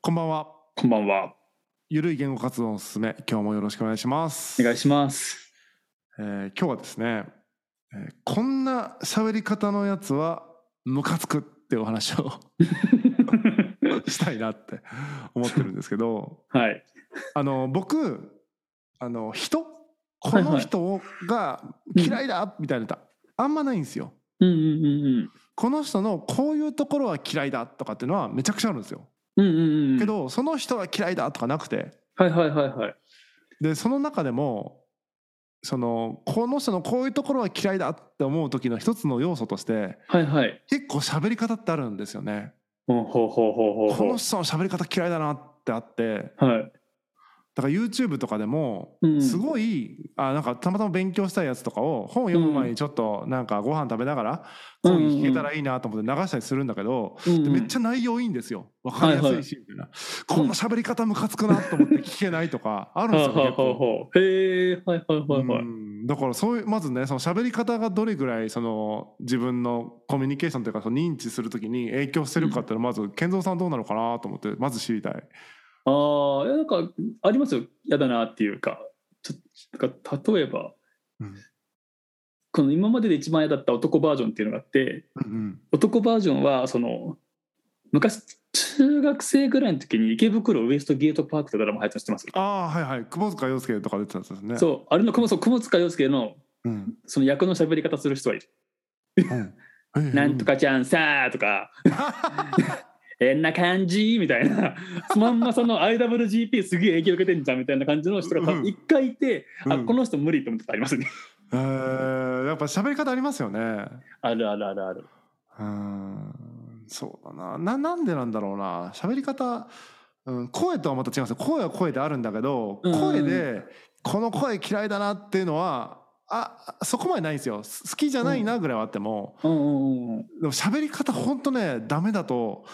こんばんは。こんばんは。ゆるい言語活動のすすめ、今日もよろしくお願いします。お願いし ます。えー今日はですね、えーこんな喋り方のやつはムカつくっていうお話を したいなって思ってるんですけど、はい。あの僕あの人こはいはいの人が嫌いだみたいなのってあんまないんですよ。うんうんうんこの人のこういうところは嫌いだとかっていうのはめちゃくちゃあるんですよ。うん。うんうんうん。け。どその人は嫌いだとかなくてはいはいはいはい。でその中でもそのこの人のこういうところは嫌いだって思う時の一つの要素としてはいはい。結構喋り方ってあるんですよね。ほうほうほうほうこほの人の喋り方嫌いだなってあってう。はい。だから YouTube とかでもうんすごい、あなんかたまたま勉強したいやつとかを本読む前にちょっとなんかご飯食べながらうん講義聞けたらいいなと思って流したりするんだけど、でめっちゃ。ゃ内容いいんですよわかりやすいしみたいな、こんな喋り方ムカつくなと思って聞けないとかあるんではすいよ、はねいはい結構はい。へえ。はいはいはいはうい。んだからそういうまずねその喋り方がどれぐらいその自分のコミュニケーションというかその認知するときに影響してるかっていうのはまず健三さんどうなのかなと思ってまず知りたい。ああ、いやなんかありますよ。嫌だなっていうか。ちょなんか例えばうん。この今までで一番嫌だった男バージョンっていうのがあって。うん男バージョンはその昔中学生ぐらいの時に池袋ウエストゲートパークとかでも流行ったの知ってます、ああはいはい久保塚洋介とか出てたんですね。そうあれのそう雲塚洋介のうんその役の喋り方する人がいるうんえ「ーなんとかちゃんさー」と か「変な感じ」みたいなそのまんまその IWGP すげえ影響受けてんじゃんみたいな感じの人がうん一回いて、うんあこの人無理と思ったことありますねえーやっぱ喋り方ありますよね。あるあるあるあるうーんそうだなななんでなんだろうな喋り方、うん、声とはまた違うんですよ声は声であるんだけどうん声でこの声嫌いだなっていうのはあそこまでないんですよす好きじゃないなぐらいはあっても、うんうんうんでも喋り方ほんとねダメだと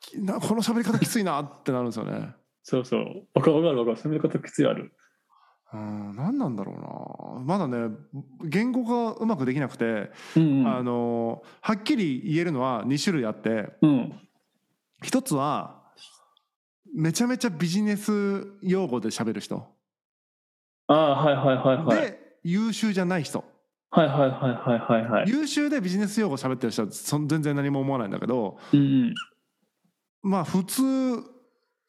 きなこの喋り方きついなってなるんですよね。そうそうわかるわかるわかるそういうこときついあるうん、何なんだろうなまだね言語がうまくできなくて、うんうあんのはっきり言えるのは2種類あってうん一つはめちゃめちゃビジネス用語で喋る人、ああはいはいはいはいで優秀じゃない人、はいはいはいはいはいはい優秀でビジネス用語喋ってる人はそん全然何も思わないんだけどうんまあ普通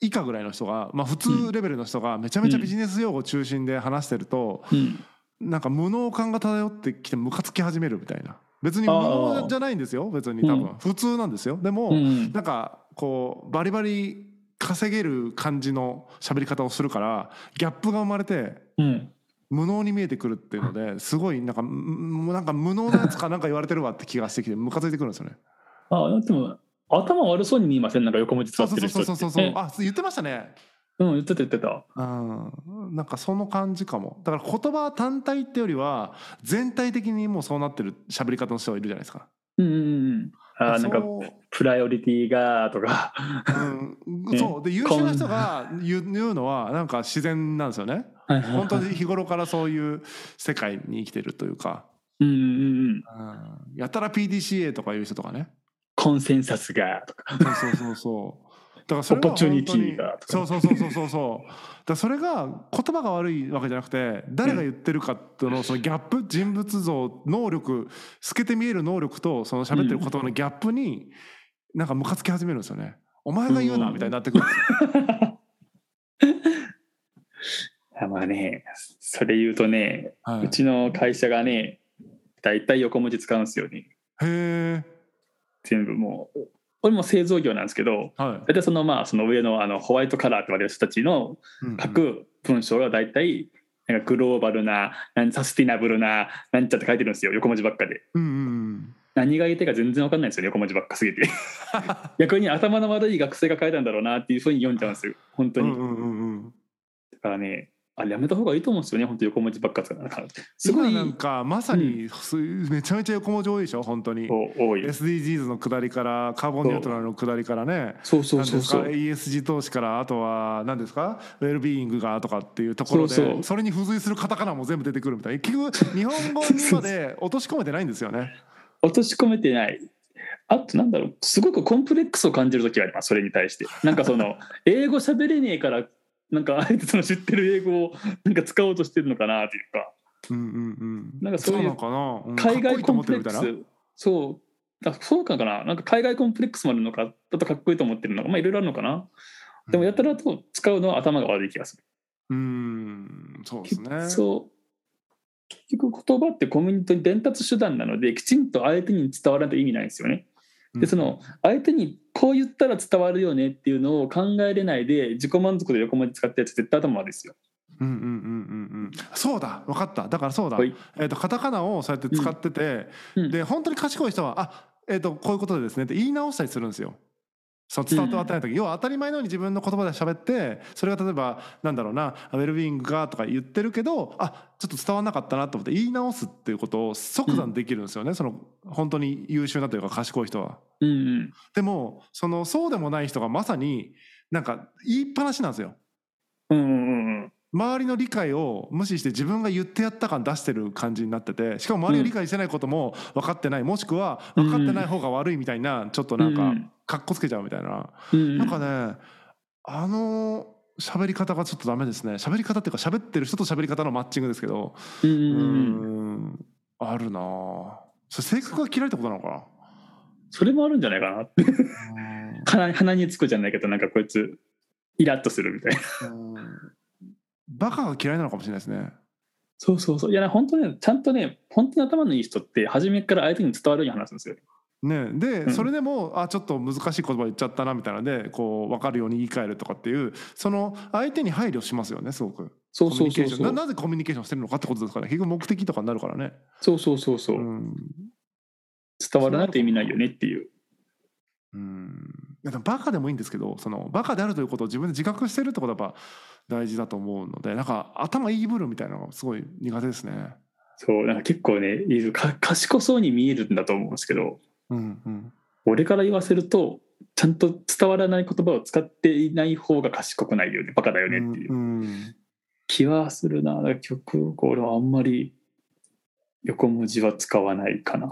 以下ぐらいの人が、まあ、普通レベルの人がめちゃめちゃビジネス用語中心で話してると、うんうんなんか無能感が漂ってきてムカつき始めるみたいな別に無あー能じゃないんですよ別に多分、う普通なんですよでも、うんなんかこうバリバリ稼げる感じの喋り方をするからギャップが生まれてうん無能に見えてくるっていうのですごいなんかんなんか無能なやつかなんか言われてるわって気がしてきてムカついてくるんですよね。あでも頭悪そうに見えませんなんか横文字使そうってそうる人そうってそうそうそうねあ言ってましたね。うん言ってた言ってたうん、なんかその感じかもだから言葉単体ってよりは全体的にもうそうなってる喋り方の人がいるじゃないですか。うんうんうんあーなんかそうプライオリティが とかうん、そうで優秀な人が言う言うのはなんか自然なんですよね。本本当に日頃からそういう世界に生きてるというか、うんうんうんうん、やたら PDCA とかいう人とかねコンセンサスがとかそうそうそうそうだからそれはオポチュニティ本当にがとかそうそうそうそうそうそうだからそれが言葉が悪いわけじゃなくて誰が言ってるかとのそのギャップ人物像能力透けて見える能力とその喋ってる言葉のギャップになんかムカつき始めるんですよねお前が言うなうんみたいになってくるんですよあまあねそれ言うとね、はうい、ちの会社がねだいたい横文字使うんですよねへえ全部もう俺も製造業なんですけどはい大体そのまあその上のあのホワイトカラーって言われる人たちのうんうん書く文章が大体なんかグローバルななんサスティナブルななんちゃって書いてるんですよ横文字ばっかでうんうん何が言いたいか全然わかんないんですよね横文字ばっかす ぎて逆に頭の悪い学生が書いたんだろうなっていうふうに読んじゃうんですよ本当うんうんに、うんうんうんだからねあれやめた方がいいと思うんですよね本当横文字ばっか使うのなんかすごい今なんかまさにすめちゃめちゃ横文字多いでしょ本当にそう多い SDGs の下りからカーボンニュートラルの下りからねそうそうそうそなんうですか ESG 投資からあとは何ですかウェルビーイングがとかっていうところでそそうそうれに付随するカタカナも全部出てくるみた いな結局日本語にまで落とし込めてないんですよね。落とし込めてないあとなんだろうすごくコンプレックスを感じる時がありますそれに対してなんか その英語喋れねえからなんかあえてその知ってる英語をなんか使おうとしてるのかなというかうんうんうんなんかそういうなのかな、うん海外コンプレッかクっスこいいと思ってるみそうだそうかななんか海外コンプレックスもあるのかだとかっこいいと思ってるのかまあいろいろあるのかなたいなでもやたらと使うのは頭が悪い気がするうんそうです結ね局そう結局言葉ってコミュニティの伝達手段なのできちんと相手に伝わらないと意味ないんですよね。うでんその相手にこう言ったら伝わるよねっていうのを考えれないで自己満足で横文字使ったやつ絶対頭悪いですよ。うんうんうんうんうんそうだ分かっただからそうだ、はいえー、とカタカナをそうやって使ってて、うんうんで本当に賢い人は「あえっ、とこういうことでですね」って言い直したりするんですよ。その伝わって渡らない時、要は当たり前のように自分の言葉で喋ってそれが例えばなんだろうなウェルビーイングがとか言ってるけどあちょっと伝わんなかったなと思って言い直すっていうことを即断できるんですよね、その本当に優秀なというか賢い人は。うんうんでもそのそうでもない人がまさになんか言いっぱなしなんですよ。うんうんうん周りの理解を無視して自分が言ってやった感出してる感じになっててしかも周りが理解してないことも分かってない、もしくは分かってない方が悪いみたいなちょっとなんうかんかっこつけちゃうみたいな、うんなんかねあの喋り方がちょっとダメですね喋り方っていうか喋ってる人と喋り方のマッチングですけどうんううんうんんあるなぁそれ性格が嫌いってことなのかなそれもあるんじゃないかなって鼻鼻につくじゃないけどなんかこいつイラッとするみたいなうんバカが嫌いなのかもしれないですねそうそうそういやな本当ねちゃんとね本当に頭のいい人って初めから相手に伝わるように話すんですよ。ね、で、んそれでもあちょっと難しい言葉言っちゃったなみたいなのでこう分かるように言い換えるとかっていうその相手に配慮しますよねすごくそコうミそュうニケそーうションそうななぜコミュニケーションしてるのかってことですから結局目的とかになるからね、そうそうそうそうう、ん伝わらないと意味ないよねっていううん、いやでもバカでもいいんですけどそのバカであるということを自分で自覚してるってことはやっぱ大事だと思うのでなんか頭いいぶるみたいなのがすごい苦手ですね。そうなんか結構ねいるか賢そうに見えるんだと思うんですけどうんうん、俺から言わせるとちゃんと伝わらない言葉を使っていない方が賢くないよねバカだよねっていううんうん気はするなだから曲俺はあんまり横文字は使わないかな。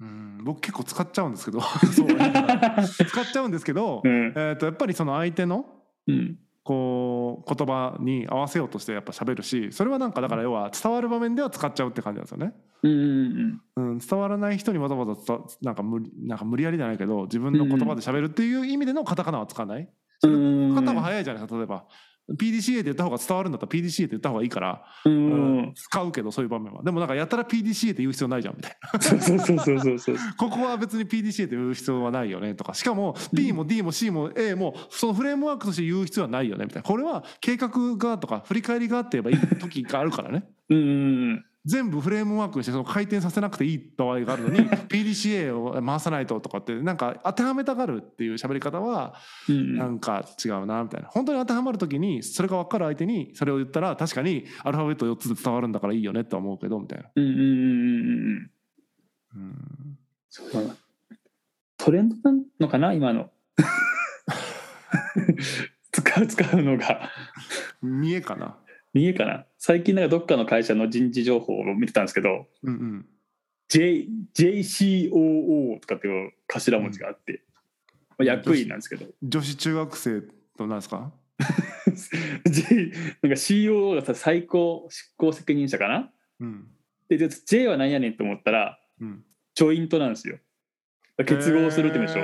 うん、僕結構使っちゃうんですけど そう使っちゃうんですけど、うんえー、とやっぱりその相手のうんこう言葉に合わせようとしてやっぱ喋るしそれはなんかだから要は伝わる場面では使っちゃうって感じなんですよね。うんうんうん、伝わらない人にわざわざ伝わなんか無理なんか無理やりじゃないけど自分の言葉で喋るっていう意味でのカタカナは使わない。うんうんカタカナは早いじゃないですか例えば PDCA で言った方が伝わるんだったら PDCA で言った方がいいから、うんうん使うけどそういう場面はでもなんかやたら PDCA って言う必要ないじゃんみたいなそうそうそうそうそうそうここは別に PDCA って言う必要はないよねとかしかも P も D も C も A もそのフレームワークとして言う必要はないよねみたいなこれは計画がとか振り返りがって言えばいい時があるから ねうんうん全部フレームワークにしてその回転させなくていい場合があるの に PDCA を回さないととかってなんか当てはめたがるっていう喋り方はうなんんか違うなみたいな本当に当てはまる時にそれが分かる相手にそれを言ったら確かにアルファベット4つで伝わるんだからいいよねって思うけどみたいな。うんうんうんうんうんうんうんそうトレンドなのかな今の使う使うのが見えかな。見えかな最近なんかどっかの会社の人事情報を見てたんですけどうんうん。 J JCOO とかっていう頭文字があって、んまあ役員なんですけど女子中学生となんですか J なんか COO がさ最高執行責任者かなうん。でで J は何やねんと思ったらうん、ジョイントなんですよ結合するって意味でしょ、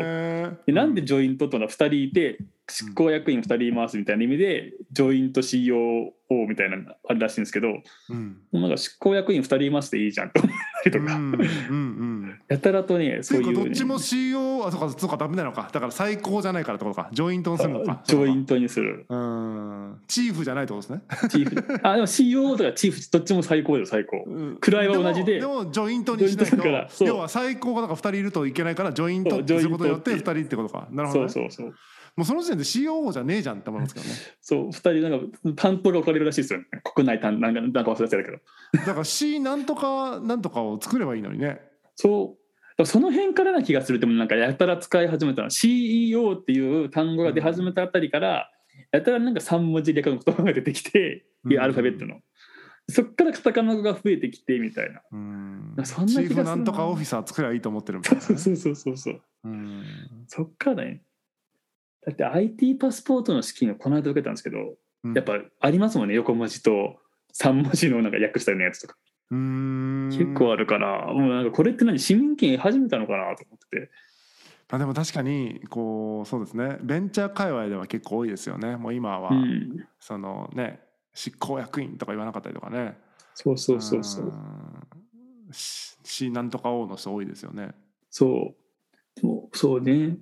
ょでなんでジョイントとの2人いて執行役員2人いますみたいな意味でジョイント COO みたいなのあるらしいんですけどもうん。うなんか執行役員2人いますでいいじゃんと思ったりうとんうか、んうん。やたらとねてそういいうかどう、っね、ちも CO あそうかそうかダメなのかだから最高じゃないからってことかジョイントンするのかあジョインントにするうんチーフじゃないってことですねチ ーフあでも COO とかチーフどっちも最高だよ最高位は同じででもでもジョイントンにしないジョイントンだからとそう要は最高がだから2人いるといけないからジョイントンそっうてジすョイるこントンとによって2人ってことかなるほそど、うね、そうそうもうその時点で CO じゃねえじゃんって思いますけどねそう2人なんか担当が置かれるらしいですよね国内担なんかなんか忘れてたけどだから C なんとかなんとかを作ればいいのにねそうだからその辺からな気がするでもなんかやたら使い始めたの CEO っていう単語が出始めたあたりから、やたらなんか3文字略の言葉が出てきて、いやアルファベットののそっからカタカナ語が増えてきてみたいな。うんそんな気がチするなーフなんとかオフィサー作りゃいいと思ってるみたいなね、 そうそうそうそうそう。うんそっからね。だって IT パスポートの試験をこの間受けたんですけど、うんやっぱありますもんね、横文字と3文字のなんか訳したようなやつとか。うん結構あるから、もうなんかこれって何、市民権得始めたのかなと思ってて。まあでも確かにこうそうですねベンチャー界隈では結構多いですよねもう今は、うん。そのね執行役員とか言わなかったりとかねそうそうそうそう。んししなんとか王の人多いですよねそう。でもそうね。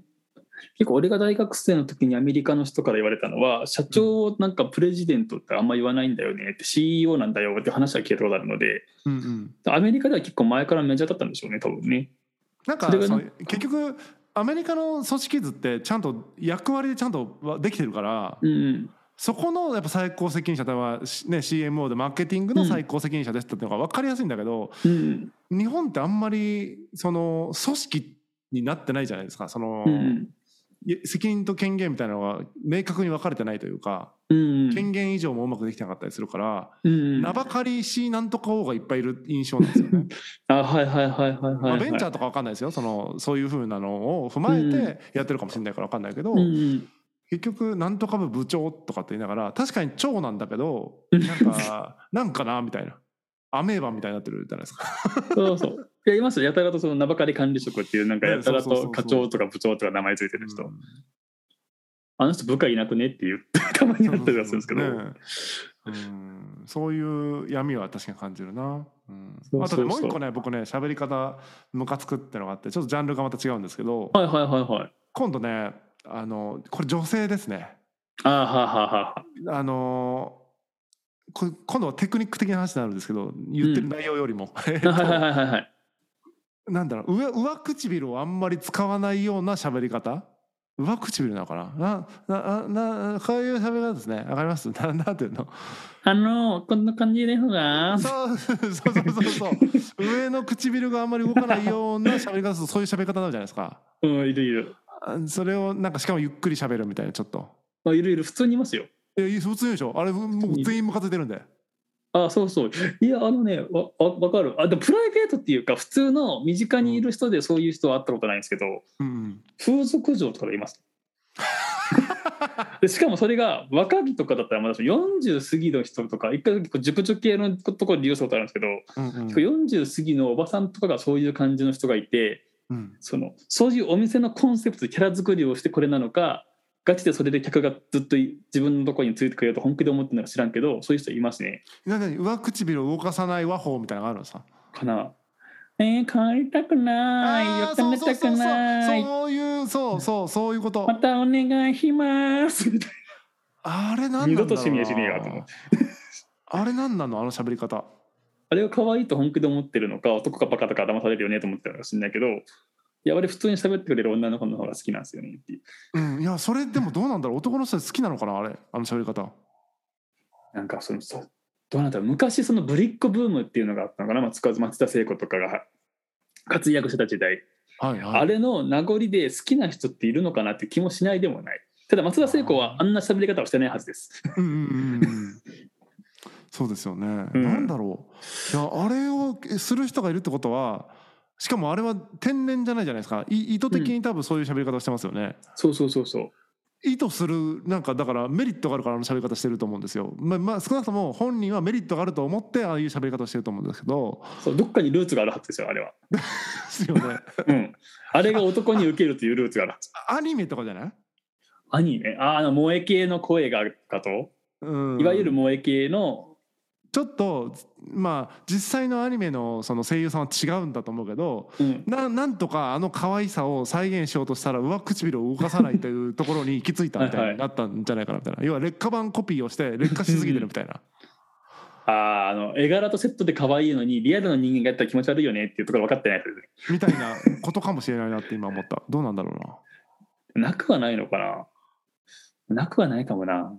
結構俺が大学生の時にアメリカの人から言われたのは社長なんかプレジデントってあんま言わないんだよねって CEO なんだよって話は聞いたことあるのでうんうんアメリカでは結構前からメジャーだったんでしょうね多分ねなんかそれがそなの結局アメリカの組織図ってちゃんと役割でちゃんとはできてるから、うんうんそこのやっぱ最高責任者例えば、しね、CMO でマーケティングの最高責任者ですっていうのが分かりやすいんだけど、うん日本ってあんまりその組織になってないじゃないですかその、うんい責任と権限みたいなのが明確に分かれてないというか、うん権限以上もうまくできてなかったりするから、うん名ばかりしなんとか王がいっぱいいる印象なんですよね。あ はいはいはいはいはいまはあ、いベンチャーとかわかんないですよそのそういうふうなのを踏まえてやってるかもしれないからわかんないけど、うんうん結局なんとか部部長とかって言いながら確かに長なんだけどうんなん かなんかなみたいなアメーバみたいになってるじゃないですか。そうそういやいますよやたらとその名ばかり管理職っていうなんかやたらねそうそうそうそうと課長とか部長とか名前ついてるう人、んあの人部下いなくねっていう たまになったりはするんですけど、ねうん、そういう闇は確かに感じるな。うんそうあとねそうもそうう一個ね僕ね喋り方ムカつくってのがあってちょっとジャンルがまた違うんですけど、はいはいはいはい今度ねあのこれ女性ですね。あははははあのこ今度はテクニック的な話になるんですけど言ってる内容よりも、えっとはいはいはいはいはいなんだろう上上唇をあんまり使わないような喋り方上唇なのかななななこういう喋り方ですねわかります ななんていうの あのこんな感じですがそうそうそうそうそう上の唇があんまり動かないような喋り方とそういう喋り方になるじゃないですかうんいるいるあそれをなんかしかもゆっくり喋るみたいなちょっとあいるいる普通にいますよいやいや普通でしょあれもう全員ムカついてるんであそうそういやあのねわわわかるあでもプライベートっていうか普通の身近にいる人でそういう人は会ったことないんですけどうんうん風俗嬢とかでいます でしかもそれが若木とかだったらまだしも40過ぎの人とか一回結構熟女系のところで利用したことあるんですけど、うんうん結構40過ぎのおばさんとかがそういう感じの人がいてうんそのそういうお店のコンセプトキャラ作りをしてこれなのかガチでそれで客がずっとい自分のところについてくれると本気で思ってるのか知らんけどそういう人いますねななに上唇を動かさない和法みたいなのがあるのさ。かな。えー、帰りたくないよあー食べたくないそういうそうそうそういうことま。たお願いします みたいあれなんななん二だろう度とな死にはしねえわと思って。あれなんなのあの喋り方。あれを可愛いと本気で思ってるのか男がバカだから騙されるよねと思ってるのかもしれないけどいや俺普通に喋ってくれる女の子の方が好きなんですよねっていううんいやそれでもどうなんだろう男の人好きなのかなあれあの喋り方。なんかそのそうどうなんだろう昔そのぶりっ子ブームっていうのがあったのかな松川松田聖子とかが活躍してた時代、はいはい。あれの名残で好きな人っているのかなって気もしないでもないただ松田聖子はあんな喋り方はしてないはずですうんうんうんうん。そうですよね。うんなんだろう。いやあれをする人がいるってことは。しかもあれは天然じゃないじゃないですかい意図的に多分そういう喋り方をしてますよね、そうそうそうそう意図するなんかだからメリットがあるからあの喋り方してると思うんですよ。まあ、まあ、少なくとも本人はメリットがあると思ってああいう喋り方をしてると思うんですけど。そうどっかにルーツがあるはずですよあれは、ですよね。 うん、あれが男に受けるというルーツがあるはず アニメとかじゃない？アニメああの萌え系の声がかとうんいわゆる萌え系の、ちょっとまあ実際のアニメのその声優さんは違うんだと思うけどうん、ななんとかあの可愛さを再現しようとしたら上唇を動かさないというところに行き着いたみたいになったんじゃないかなみたいな要は劣化版コピーをして劣化しすぎてるみた いなあーあの絵柄とセットで可愛いのにリアルの人間がやったら気持ち悪いよねっていうところ分かってないですねみたいなことかもしれないなって今思ったどうなんだろうな。なくはないのかななくはないかもな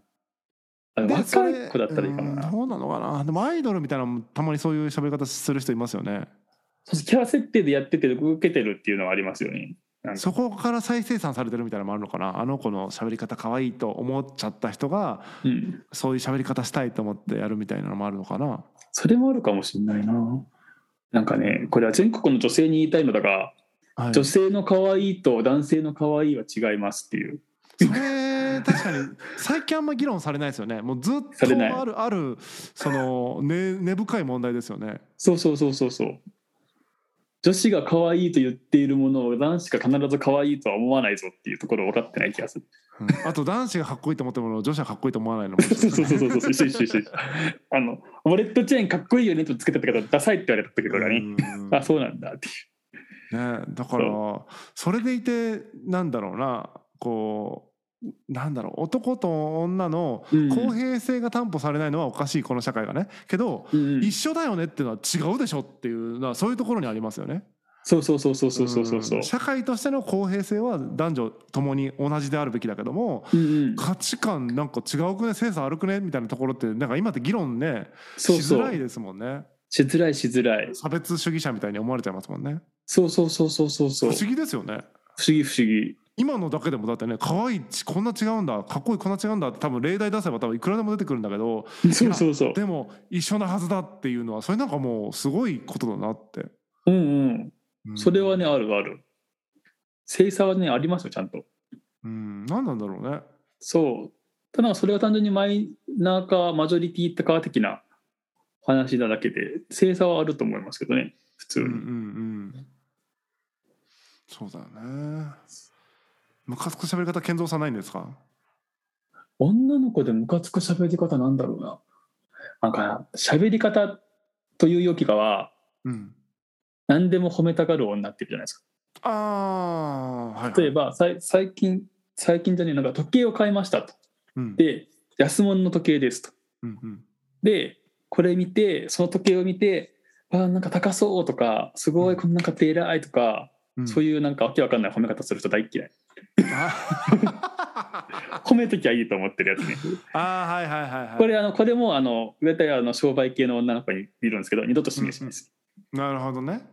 あでそ若れい子だったらいいかもうなんどうなのかなでもアイドルみたいなのもたまにそういう喋り方する人いますよねそうそうキャラ設定でやってて受けてるっていうのはありますよねなんかそこから再生産されてるみたいなのもあるのかなあの子の喋り方可愛いと思っちゃった人がうん、そういう喋り方したいと思ってやるみたいなのもあるのかなそれもあるかもしれないななんかねこれは全国の女性に言いたいのだがはい女性の可愛いと男性の可愛いは違いますっていうそれ確かに最近あんま議論されないですよねもうずっされないとあるあるその、ね、根深い問題ですよねそうそうそうそうそう女子が可愛いと言っているものを男子が必ず可愛いとは思わないぞっていうところを分かってない気がするあと男子がかっこいいと思ってものを女子はかっこいいと思わないの もそうそうそうそうそう一緒一緒一緒あのウォレットチェーンかっこいいよねとつけてたけどダサいって言われた時とかに、うんあそうなんだっていうね、だからそれでいてなんだろうなこうなんだろう男と女のうん公平性が担保されないのはおかしいこの社会がねけど、うんうん一緒だよねっていうのは違うでしょっていうのはそういうところにありますよね。そうそうそうそうそうそうそうそうん社会としての公平性は男女ともに同じであるべきだけどもうんうん価値観なんか違うくね性差あるくねみたいなところってなんか今って議論ねしそうづそらいうですもんねしづらいしづらい差別主義者みたいに思われちゃいますもんねそうそうそうそうそう不そう思議ですよね。不思議不思議今のだけでもだってね可愛いちこんな違うんだかっこいいこんな違うんだって多分例題出せば多分いくらでも出てくるんだけどそうそうそうでも一緒なはずだっていうのはそれなんかもうすごいことだなって、うんうんうんそれはねあるある精査はねありますよちゃんとうん何なんだろうねそうただそれが単純にマイナーかマジョリティか的な話なだけで精査はあると思いますけどね普通うに、んうんうんそうだよねムカつく喋り方健三さんないんですか女の子でムカつく喋り方なんだろうななんか喋り方というよりかはうん何でも褒めたがる女っているじゃないですかああはい、はい、例えばさい最近最近じゃねえなんか時計を買いましたとうんで安物の時計ですとうんうんでこれ見てその時計を見てあーなんか高そうとかすごいこんな買って偉いとか、うんそういうなんかわけわかんない褒め方する人大っ嫌いあ褒めときゃいいと思ってるやつねあーはいはいはいはいこれあのこれもあの上田屋の商売系の女の子にいるんですけど二度と指名しないです、なるほどね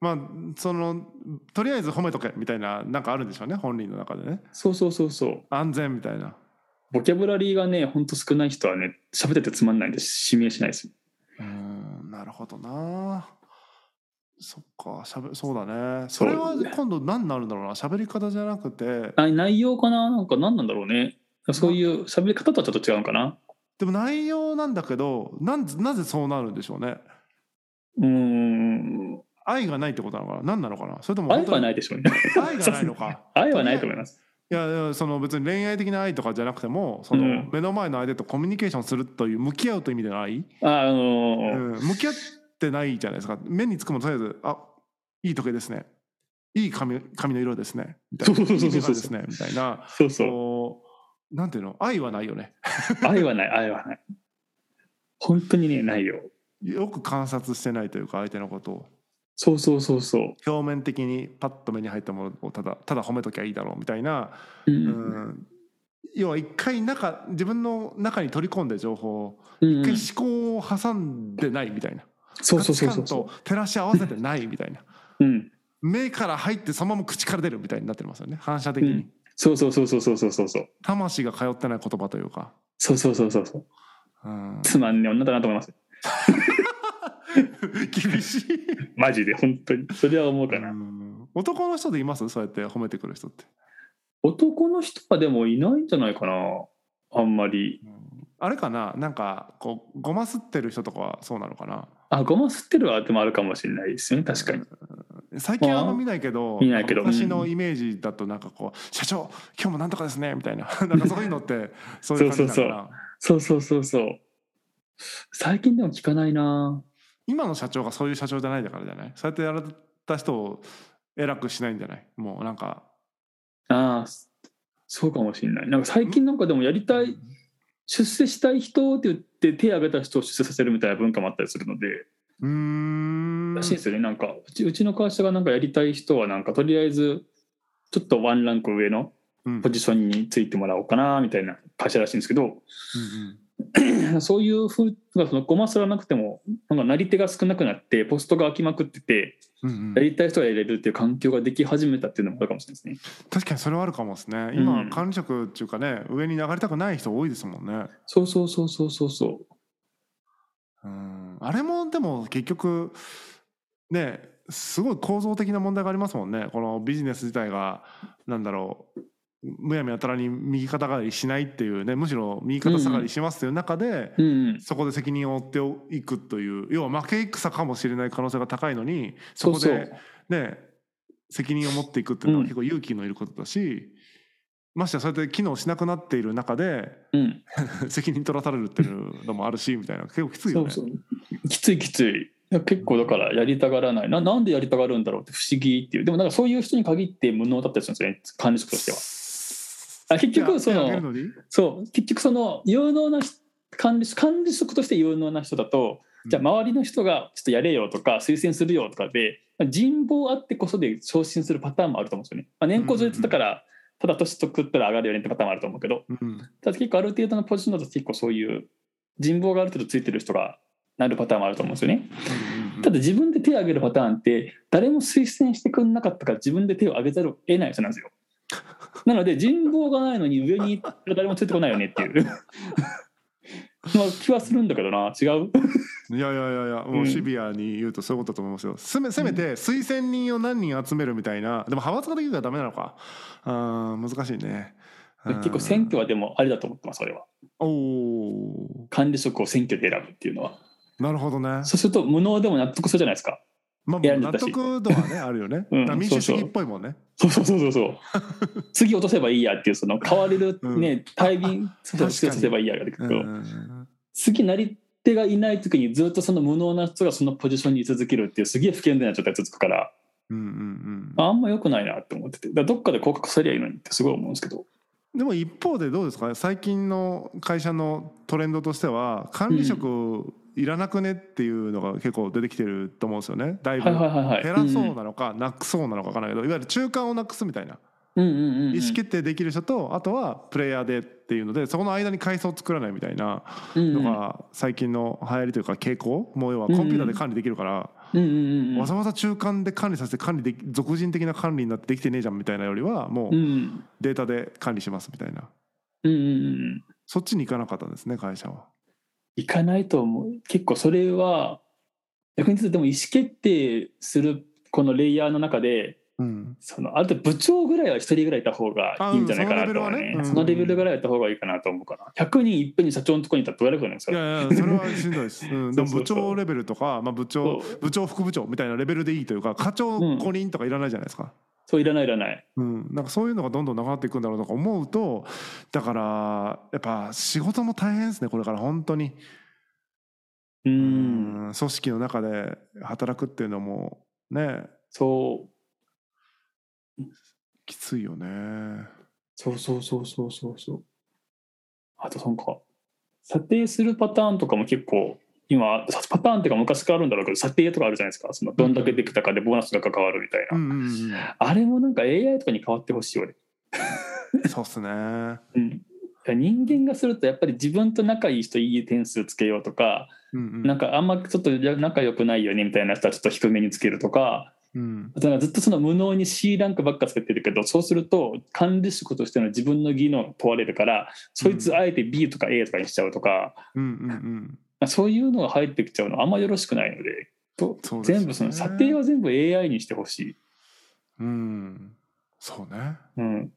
まあそのとりあえず褒めとけみたいななんかあるんでしょうね本人の中でねそうそうそうそう安全みたいなボキャブラリーがねほんと少ない人はね喋っててつまんないんで指名しないですうーんなるほどなそっかしゃべそうだねそれは今度何になるんだろうな喋り方じゃなくてあ内容かななんか何なんだろうねそういう喋り方とはちょっと違うのかなでも内容なんだけどなんなぜそうなるんでしょうねうーん愛がないってことなのかな何なのかなそれとも愛はないいでしょうね 愛がないのか愛はないと思いますいやいやその別に恋愛的な愛とかじゃなくてもそのうん目の前の相手とコミュニケーションするという向き合うという意味での愛、ああのーうん向き合ってないじゃないですか目につくものとりあえず「あいい時計ですね」「いい髪髪の色ですね」みたいな「そうそうそいいうそうメガネですね」みたいなそうそうこうなんていうの愛はないよね愛はない愛はない本当にねないよよく観察してないというか相手のことをそうそうそうそう、表面的にパッと目に入ったものをただただ褒めときゃいいだろうみたいな、ううんん、要は一回中自分の中に取り込んで情報をうん一うん、回思考を挟んでないみたいなそうそうそう価値そ観うとそ照らし合わせてないみたいなう、うん、目から入ってそのまま口から出るみたいになってますよね反射的に、うんそうそうそうそうそうそうそうそう魂が通ってない言葉というか、そうそうそうそうそううん、 つまんねえ女だなと思います厳しいマジで本当にそれは思うかな、うん男の人でいますそうやって褒めてくる人って、男の人はでもいないんじゃないかなあんまりあれかななんかこうごますってる人とかはそうなのかなあごま吸ってるはでもあるかもしれないですよね確かに最近はあんま見ないけど見ないけど昔のイメージだとなんかこう「社長今日もなんとかですね」みたいな なんかそういうのってそういう感じなのかなそうそうそうそうそうそう最近でも聞かないな今の社長がそういう社長じゃないだからじゃないそうやってやられた人を偉くしないんじゃないもうなんかああそうかもしれないなんか最近なんかでもやりたい出世したい人って言って手挙げた人を出世させるみたいな文化もあったりするのでうーんらしいですよねなんかうちうちの会社がなんかやりたい人はなんかとりあえずちょっとワンランク上のうんポジションについてもらおうかなみたいな会社らしいんですけどうんうん そういうふうがそのごますらなくてもなんかなり手が少なくなってポストが空きまくっててうんうんやりたい人がやれるっていう環境ができ始めたっていうのもあるかもしれないですね。確かにそれはあるかもですねう今ん管理職っていうかね上に流れたくない人多いですもんねそうそうそうそうそうそう。うんあれもでも結局ねすごい構造的な問題がありますもんねこのビジネス自体がなんだろうむやみやたらに右肩上がりしないっていうねむしろ右肩下がりしますという中で、うんうん、そこで責任を負っていくという要は負け戦かもしれない可能性が高いのにそこそうでそうね責任を持っていくっていうのうはん結構勇気のいることだし、ましてやそうやって機能しなくなっている中で うん責任取らされるっていうのもあるしみたいな結構きついそよねうそうきついきつい結構だからやりたがらないななんでやりたがるんだろうって不思議っていうでもなんかそういう人に限って無能だったりするんですよね管理職としては。あ結局その手を挙げるのにそう結局その有能な人管理管理職として有能な人だとうんじゃあ周りの人がちょっとやれよとか推薦するよとかで人望あってこそで昇進するパターンもあると思うんですよね。まあ、年功序列だからただ年取ったら上がるよねってパターンもあると思うけどうんただ結構ある程度のポジションだと結構そういう人望がある程度ついてる人がなるパターンもあると思うんですよね。ただ自分で手を挙げるパターンって誰も推薦してくれなかったから自分で手を挙げざるを得ない人なんですよ。なので人望がないのに上に誰もついてこないよねっていう。まあ気はするんだけどな違ういやいやいやいやもうシビアに言うとそういうことだと思いますよ、せめせめて推薦人を何人集めるみたいなでも派閥ができるからダメなのかあー難しいねうん結構選挙はでもあれだと思ってますそれはおお管理職を選挙で選ぶっていうのはなるほどねそうすると無能でも納得するじゃないですかまあ選んで納たし得度はねあるよね、 うんだから民主主義っぽいもんねそうそうそうそ うそう次落とせばいいやっていうその変われるね大便そうそう確かに落とせばいいやができるけどうんうん次なり手がいない時にずっとその無能な人がそのポジションに居続けるっていうすげえ不健全な状態続くからうんうんあんま良くないなって思っててだからどっかで降格されりゃいいのにってすごい思うんですけどでも一方でどうですかね最近の会社のトレンドとしては管理職いらなくねっていうのが結構出てきてると思うんですよねだいぶはいはいはいはい減らそううなのかなくそうなのか分からないけどいわゆる中間をなくすみたいなうんうんうんうん意思決定できる人とあとはプレイヤーでっていうのでそこの間に階層を作らないみたいなうんうのんが最近の流行りというか傾向もう要はコンピューターで管理できるからうんうんうんわざわざ中間で管理させて管理でき俗人的な管理になってできてねえじゃんみたいなよりはもううんデータで管理しますみたいなうんうんそっちに行かなかったんですね会社は。いかないと思う結構それは逆に言うとでも意思決定するこのレイヤーの中でうんそのある程度部長ぐらいは1人ぐらいいた方がいいんじゃないかなと思うねあうんそそののレレベベルルはねうんぐらいやった方がいいかなと思うから100人いっぺんに社長のところにいたらどうやるかなんですいかやいやそれはしんどいです、 うん、でもそう部そうそう長レベルとか、まあ、部長そう部長副部長みたいなレベルでいいというか課長うん5人とかいらないじゃないですか、そういらないいらないうん、なんかそういうのがどんどんなくなっていくんだろうとか思うとだからやっぱ仕事も大変ですねこれから本当にううん組織の中で働くっていうのもねそうきついよねそうそうそうそうそうそう。あとなんか査定するパターンとかも結構今さパターンっていうか昔からあるんだろうけど査定とかあるじゃないですかそのどんだけできたかでボーナスが関わるみたいな、うんうん、 あれもなんか AI とかに変わってほしい俺、うん、そうっすねううん、人間がするとやっぱり自分と仲いい人いい点数つけようとか、んうんなんかあんまちょっと仲良くないよねみたいな人はちょっと低めにつけるとかうんだからずっとその無能に C ランクばっかつけてるけどそうすると管理職としての自分の技能が問われるからそいつあえて B とか A とかにしちゃうとか、うんうんうんまあそういうのが入ってきちゃうのはあんまよろしくないのでとそうですよね全部その査定は全部 AI にしてほしい、うんそうねうん、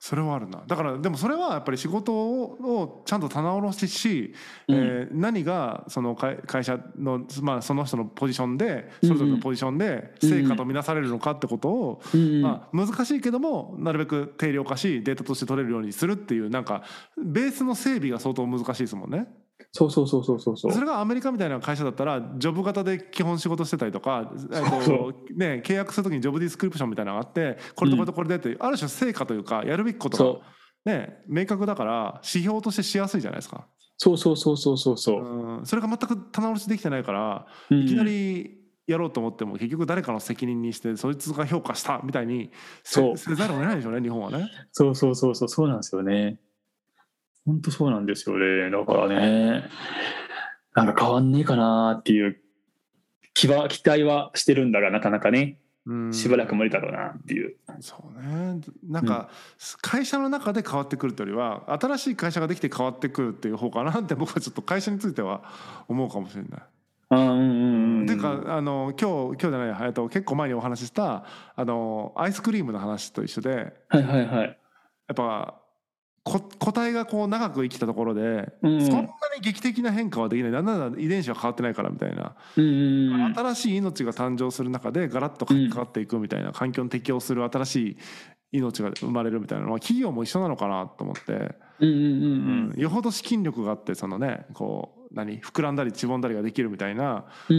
それはあるなだからでもそれはやっぱり仕事ををちゃんと棚卸しし、うんえー何がその会会社の、まあ、その人のポジションでそれぞれのポジションでうん成果とみなされるのかってことを、うんまあ、難しいけどもなるべく定量化しデータとして取れるようにするっていうなんかベースの整備が相当難しいですもんね。そうそうそうそうそうそうそれがアメリカみたいな会社だったらジョブ型で基本仕事してたりとか、えっそうそとね、契約するときにジョブディスクリプションみたいなのがあってこれとこれとこれでって、ある種成果というかやるべきことそが、ね、明確だから指標としてしやすいじゃないですか、うそうそうそうそうそうそう、うん、それが全く棚卸しできてないからうんいきなりやろうと思っても結局誰かの責任にしてそいつが評価したみたいにせそうせざるを得ないでしょうね日本はね。そうそうそうそうそうなんですよね本当そうなんですよね。だからね、なんか変わんねえかなっていう気は、期待はしてるんだが、なかなかね、うんしばらく無理だろうなっていう。そうねなんか会社の中で変わってくるというよりは新しい会社ができて変わってくるっていう方かなって僕はちょっと会社については思うかもしれない。あーうんうんうん。ていうかあの今日今日じゃないやえっと結構前にお話ししたあのアイスクリームの話と一緒でやはいはいはい。っぱこ個体がこう長く生きたところで、うんうんそんなに劇的な変化はできないなんなら遺伝子は変わってないからみたいな、うんうんうん。新しい命が誕生する中でガラッと変わっていくみたいな、環境に適応する新しい命が生まれるみたいなのは企業も一緒なのかなと思って、うんうんうんうん。よほど資金力があってそのねこう何膨らんだりしぼんだりができるみたいな、うん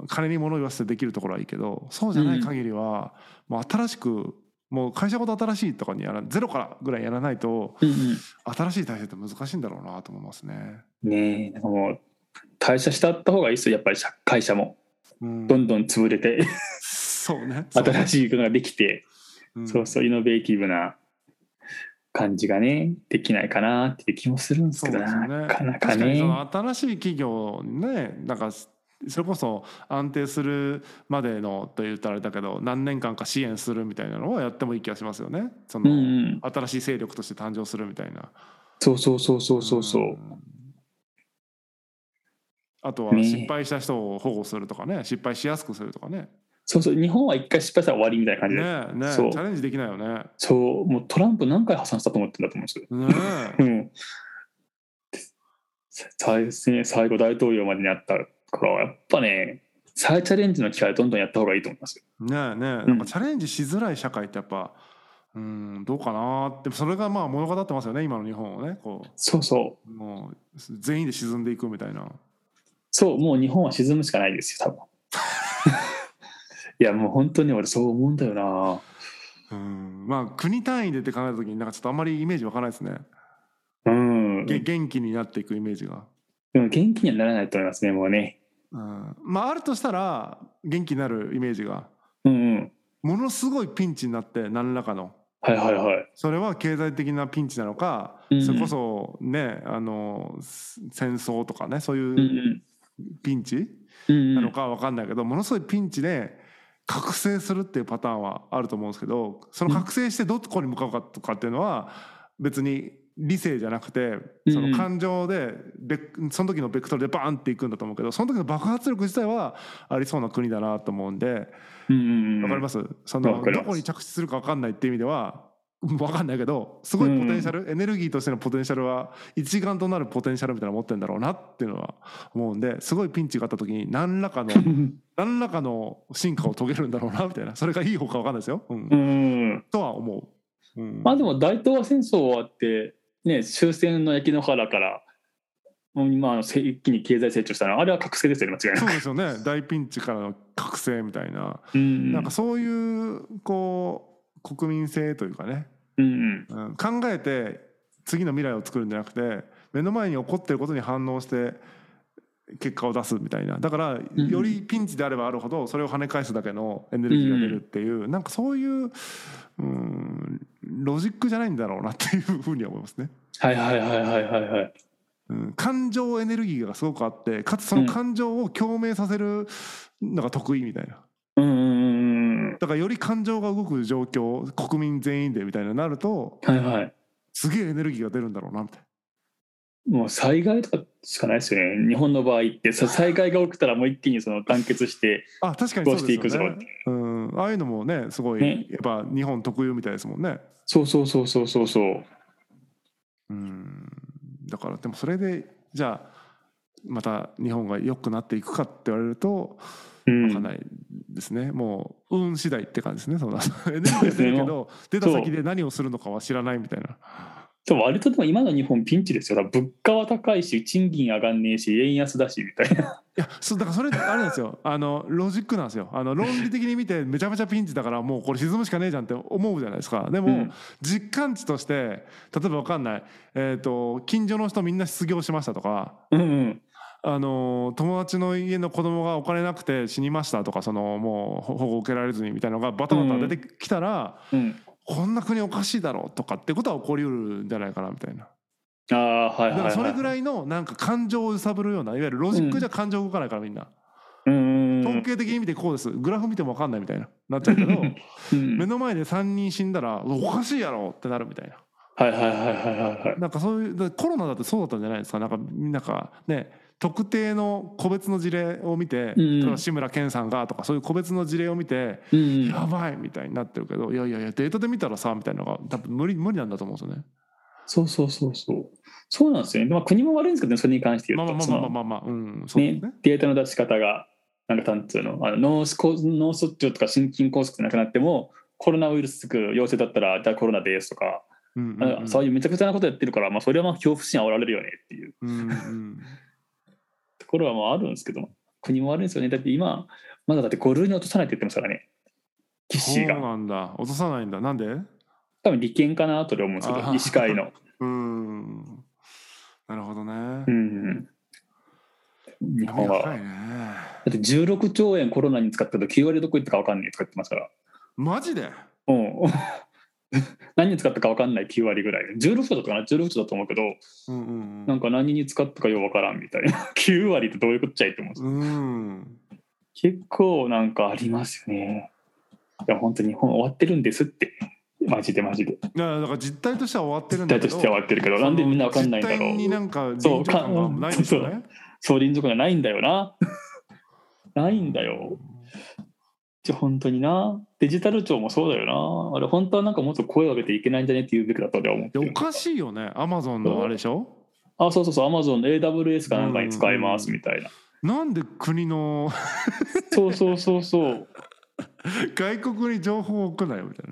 うん、金に物を言わせてできるところはいいけどそうじゃない限りは、もう新しくもう会社ごと新しいとかにやらゼロからぐらいやらないとうんうん。新しい体制って難しいんだろうなと思いますね。ねえ、なんかもう、退社したった方がいいですよ、やっぱり社会社も。うんどんどん潰れて、そうね。 新しいのができて、うんそうそう、イノベーティブな感じがね、できないかなっていう気もするんですそけうど、ですよねなかなか確かにそね。の新しい企業にねなんかそれこそ安定するまでのと言ったらあれだけど何年間か支援するみたいなのはやってもいい気がしますよねそうんの、うん、新しい勢力として誕生するみたいなそうそうそうそうそうそう。んあとはね失敗した人を保護するとかね失敗しやすくするとかねそうそう、日本は一回失敗したら終わりみたいな感じで。ねえねえチそうャレンジできないよねそう、もうトランプ何回破産したと思ってんだと思うんですよ。ねう えん。最ね最後大統領までにあったから、やっぱね、再チャレンジの機会はどんどんやった方がいいと思いますよ。ねえねえなんかチャレンジしづらい社会ってやっぱうんどうかなってそれがまあ物語ってますよね今の日本をねこそうそう。うもう全員で沈んでいくみたいなそう、もう日本は沈むしかないですよ、多分。 いや、もう本当に俺そう思うんだよな。うんまあ国単位でって考えた時になんかちょっとあんまりイメージわかないですねうん。げ元気になっていくイメージが。でも元気にはならないと思いますね、もうね。うんまああるとしたら元気になるイメージがうんうん。ものすごいピンチになって何らかのはいはいはい。それは経済的なピンチなのか、うんうんそれこそねあのす戦争とかねそううんう。いうんピンチうんなうのん、かは分かんないけど、ものすごいピンチで覚醒するっていうパターンはあると思うんですけどその覚醒してどこに向かうかとかっていうのは別に理性じゃなくてうんその感情でベクその時のベクトルでバーンっていくんだと思うけどその時の爆発力自体はありそうな国だなと思うんでうんうんうん、わかりますそわのかりどますこに着地するか分かんないっていう意味では分かんないけどすごいポテンシャル、エネルギーとしてのポテンシャルは一丸となるポテンシャルみたいなの持ってるんだろうなっていうのは思うんですごいピンチがあった時に何らかの何らかの進化を遂げるんだろうなみたいなそれがいい方か分かんないですよ、うんうんうん。とは思う、うんまあでも大東亜戦争終わって、ね、終戦の焼き野原から、もう今あのせ一気に経済成長したのは、あれは覚醒ですよね、間違いなそうく。ですよね大ピンチからの覚醒みたいな、うんなんかそういうこう国民性というかねうんうん考えて次の未来を作るんじゃなくて目の前に起こってることに反応して結果を出すみたいなだからうんよりピンチであればあるほどそれを跳ね返すだけのエネルギーが出るっていうなんかそういううんロジックじゃないんだろうなっていうふうには思いますね。はいはいはいはいはいはい。うん感情エネルギーがすごくあってかつその感情を共鳴させるのが得意みたいなうんうんうんうん。だからより感情が動く状況国民全員でみたいになるとはいはい。すげえエネルギーが出るんだろうなみたいな。もう災害とかしかないですよね。日本の場合って、さ災害が起きたらもう一気にその団結して、あ確かにそうですよどねうしてい。うん、ああいうのもねすごい、ねやっぱ日本特有みたいですもんね。そうそうそうそうそうそう。うん、だからでもそれでじゃあまた日本が良くなっていくかって言われるとうん、わかんないですね、もう運次第って感じですね そのエネルギーが出るけど出た先で何をするのかは知らないみたいな。でも割とでも今の日本ピンチですよ。だから物価は高いし、賃金上がんねえし、円安だしみたいな。いやそうだからそれあれなんですよあのロジックなんですよあの論理的に見てめちゃめちゃピンチだからもうこれ沈むしかねえじゃんって思うじゃないですかでも、うん実感値として例えばわかんない、えー、と近所の人みんな失業しましたとか、うんうん。あの友達の家の子供がお金なくて死にましたとかそのもう保護を受けられずにみたいなのがバタバタ出てきたら、うん、こんな国おかしいだろうとかってことは起こりうるんじゃないかなみたいな。ああはいだかはい、はい、らそれぐらいのなんか感情を揺さぶるようないわゆるロジックじゃ感情動かないからみんな、うんうんうん統計的に見てこうですグラフ見ても分かんないみたいななっちゃうけどうん 目の前で3人死んだらおかしいやろってなるみたいなはいはいはいはいはいはいなんかそういうだコロナだってそうだったんじゃないですかなんかなんかね特定の個別の事例を見て、うん例えば志村けんさんがとかそういう個別の事例を見て、うんうんやばいみたいになってるけどいやいやいやデータで見たらさみたいなのが多分無理無理なんだと思うんですよね。そうそうそうそうそうなんですよね、まあ、国も悪いんですけどねそれに関してま言あうまとあまあそまあまあまあまのあ、うん、そうですねね。データの出し方がなんか単通のあの脳死こ脳卒中とか心筋梗塞じゃなくなってもコロナウイルス陽性だったらじゃあコロナですとか、うんうんうんあそういうめちゃくちゃなことやってるから、まあ、それはまあ恐怖心煽られるよねっていううんうんところはまああるんですけど国も悪いんですよねだって今まだだって5類に落とさないって言ってますからねキッそシうーがなんだ落とさないんだなんで多分利権かなとで思うんですけあどー医師会のうんなるほどねう。ん日闇本がは深だいね。って16兆円コロナに使ったと9割どこ行ったか分かんないとか言ってますからマジでうん 何に使ったか分かんない9割ぐらい16兆だったかな16兆だと思うけどうんうんうなんんか何に使ったかよう分からんみたいな 9割ってどういうことっちゃいって思うんですうん結構なんかありますよねいや本当日本終わってるんですってマジでマジでいやだから実態としては終わってるんだ大けとどしては終わってるけどそのなんでみんな分かんないんだ実ろ態にうなんか臨そう場感がないですよねそう臨場感がないんだよなないんだよじゃ本当になデジタル庁もそうだよなあれ本当はなんかもっと声を上げていけないんじゃねって言うべきだと俺は思っているやおかしいよねアマゾンのあれでしょあそうそうそうアマゾンの AWS かなんかに使いますみたいななんで国の そうそうそうそう外国に情報を送らないよみたい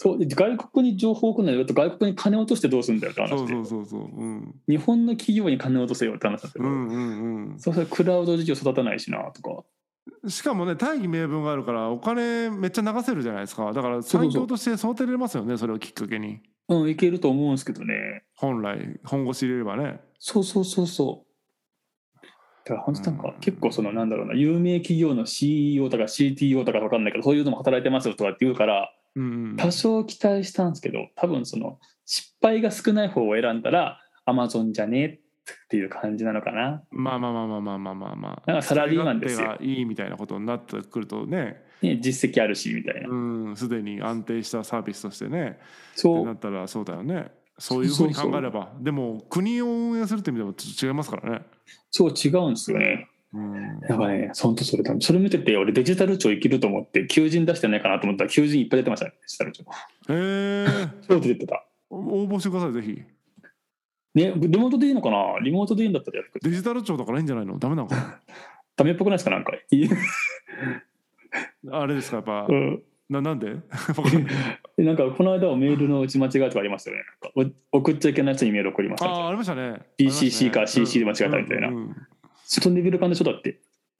そう外国に情報を送るのよと外国に金を落としてどうするんだよってなそう話でそうそうそううん日本の企業に金を落とせよって話だけど、うんうんそうそれクラウド事業育たないしなとかうんしかもね大義名分があるからお金めっちゃ流せるじゃないですかだからそうそう産業として育てられますよねそれをきっかけにうんいけると思うんですけどね本来本腰入れればねそうそうそうそうだから本当なんうかん結構そのなんだろうな有名企業の CEO とか CTO とか分かんないけどそういうのも働いてますよとかって言うからうん多少期待したんですけど多分その失敗が少ない方を選んだら Amazon じゃねっていう感じなのかなまあまあまあまあまあまあまあまあなんかサラリーマンですよ使い勝手がいいみたいなことになってくるとねね実績あるしみたいなうんすでに安定したサービスとしてねってそなうったらそうだよねそういうふうに考えればでも国を運営するって意味でもちょっと違いますからねそう違うんですよねうんなんかね、ほんとそれ多分それ見てて、俺デジタル庁いけると思って、求人出してないかなと思ったら、求人いっぱい出てましたね、デジタル庁。えー、超出てた。応募してくださいぜひね、リモートでいいのかなリモートでいいんだったらやるけど、デジタル庁だからいいんじゃないのダメなのかダメっぽくないですか、なんか。いい なあれですかやっぱうんななんで わかんないでなんか、この間はメールの打ち間違いとかありましたよね。なんかお送っちゃいけない人にメール送りましあたみたいーな。ありましたね BCC かありましたね CC で間違えたみたいなうん外にビル感でしょだって、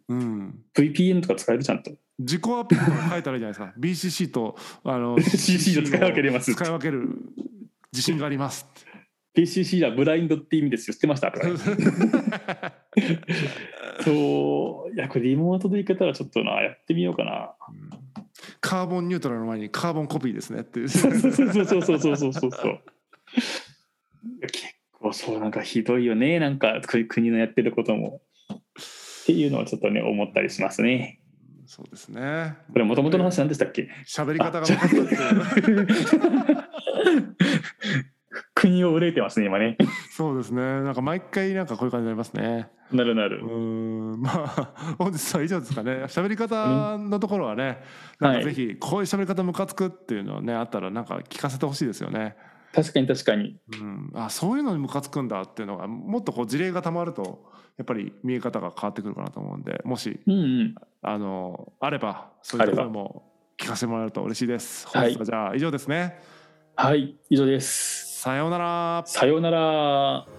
うんうん、 VPN とか使えるちゃんと。自己アピールとか書いたらいいじゃないです か BCC とあ の CC と使い分けれます使い分ける自信があります PCC はブラインドって意味ですよ、知ってましたとか。そう、いや、これリモートでいけたらちょっとな、やってみようかな。カーボンニュートラルの前にカーボンコピーですねって いうそうそうそうそうそうそうそうそうそう。結構そうなんかひどいよねなんか国国のやってることも。っていうのはちょっとね思ったりしますね。そうですねこれもともとの話何でしたっけ喋り方が分かったっていう国を憂えてますね今ね。そうですねなんか毎回なんかこういう感じになりますねなるなうる。ーんまあ本日は以上ですかね喋り方のところはねなんかはぜいひこういう喋り方ムカつくっていうのはねあったらなんか聞かせてほしいですよね確かに確かに。うん、あそういうのにムカつくんだっていうのがもっとこう事例がたまるとやっぱり見え方が変わってくるかなと思うんでもしうんうん。あのあればそういうところも聞かせてもらえると嬉しいです。本日はじゃあ以上ですね、はい以上です。さようならさようなら。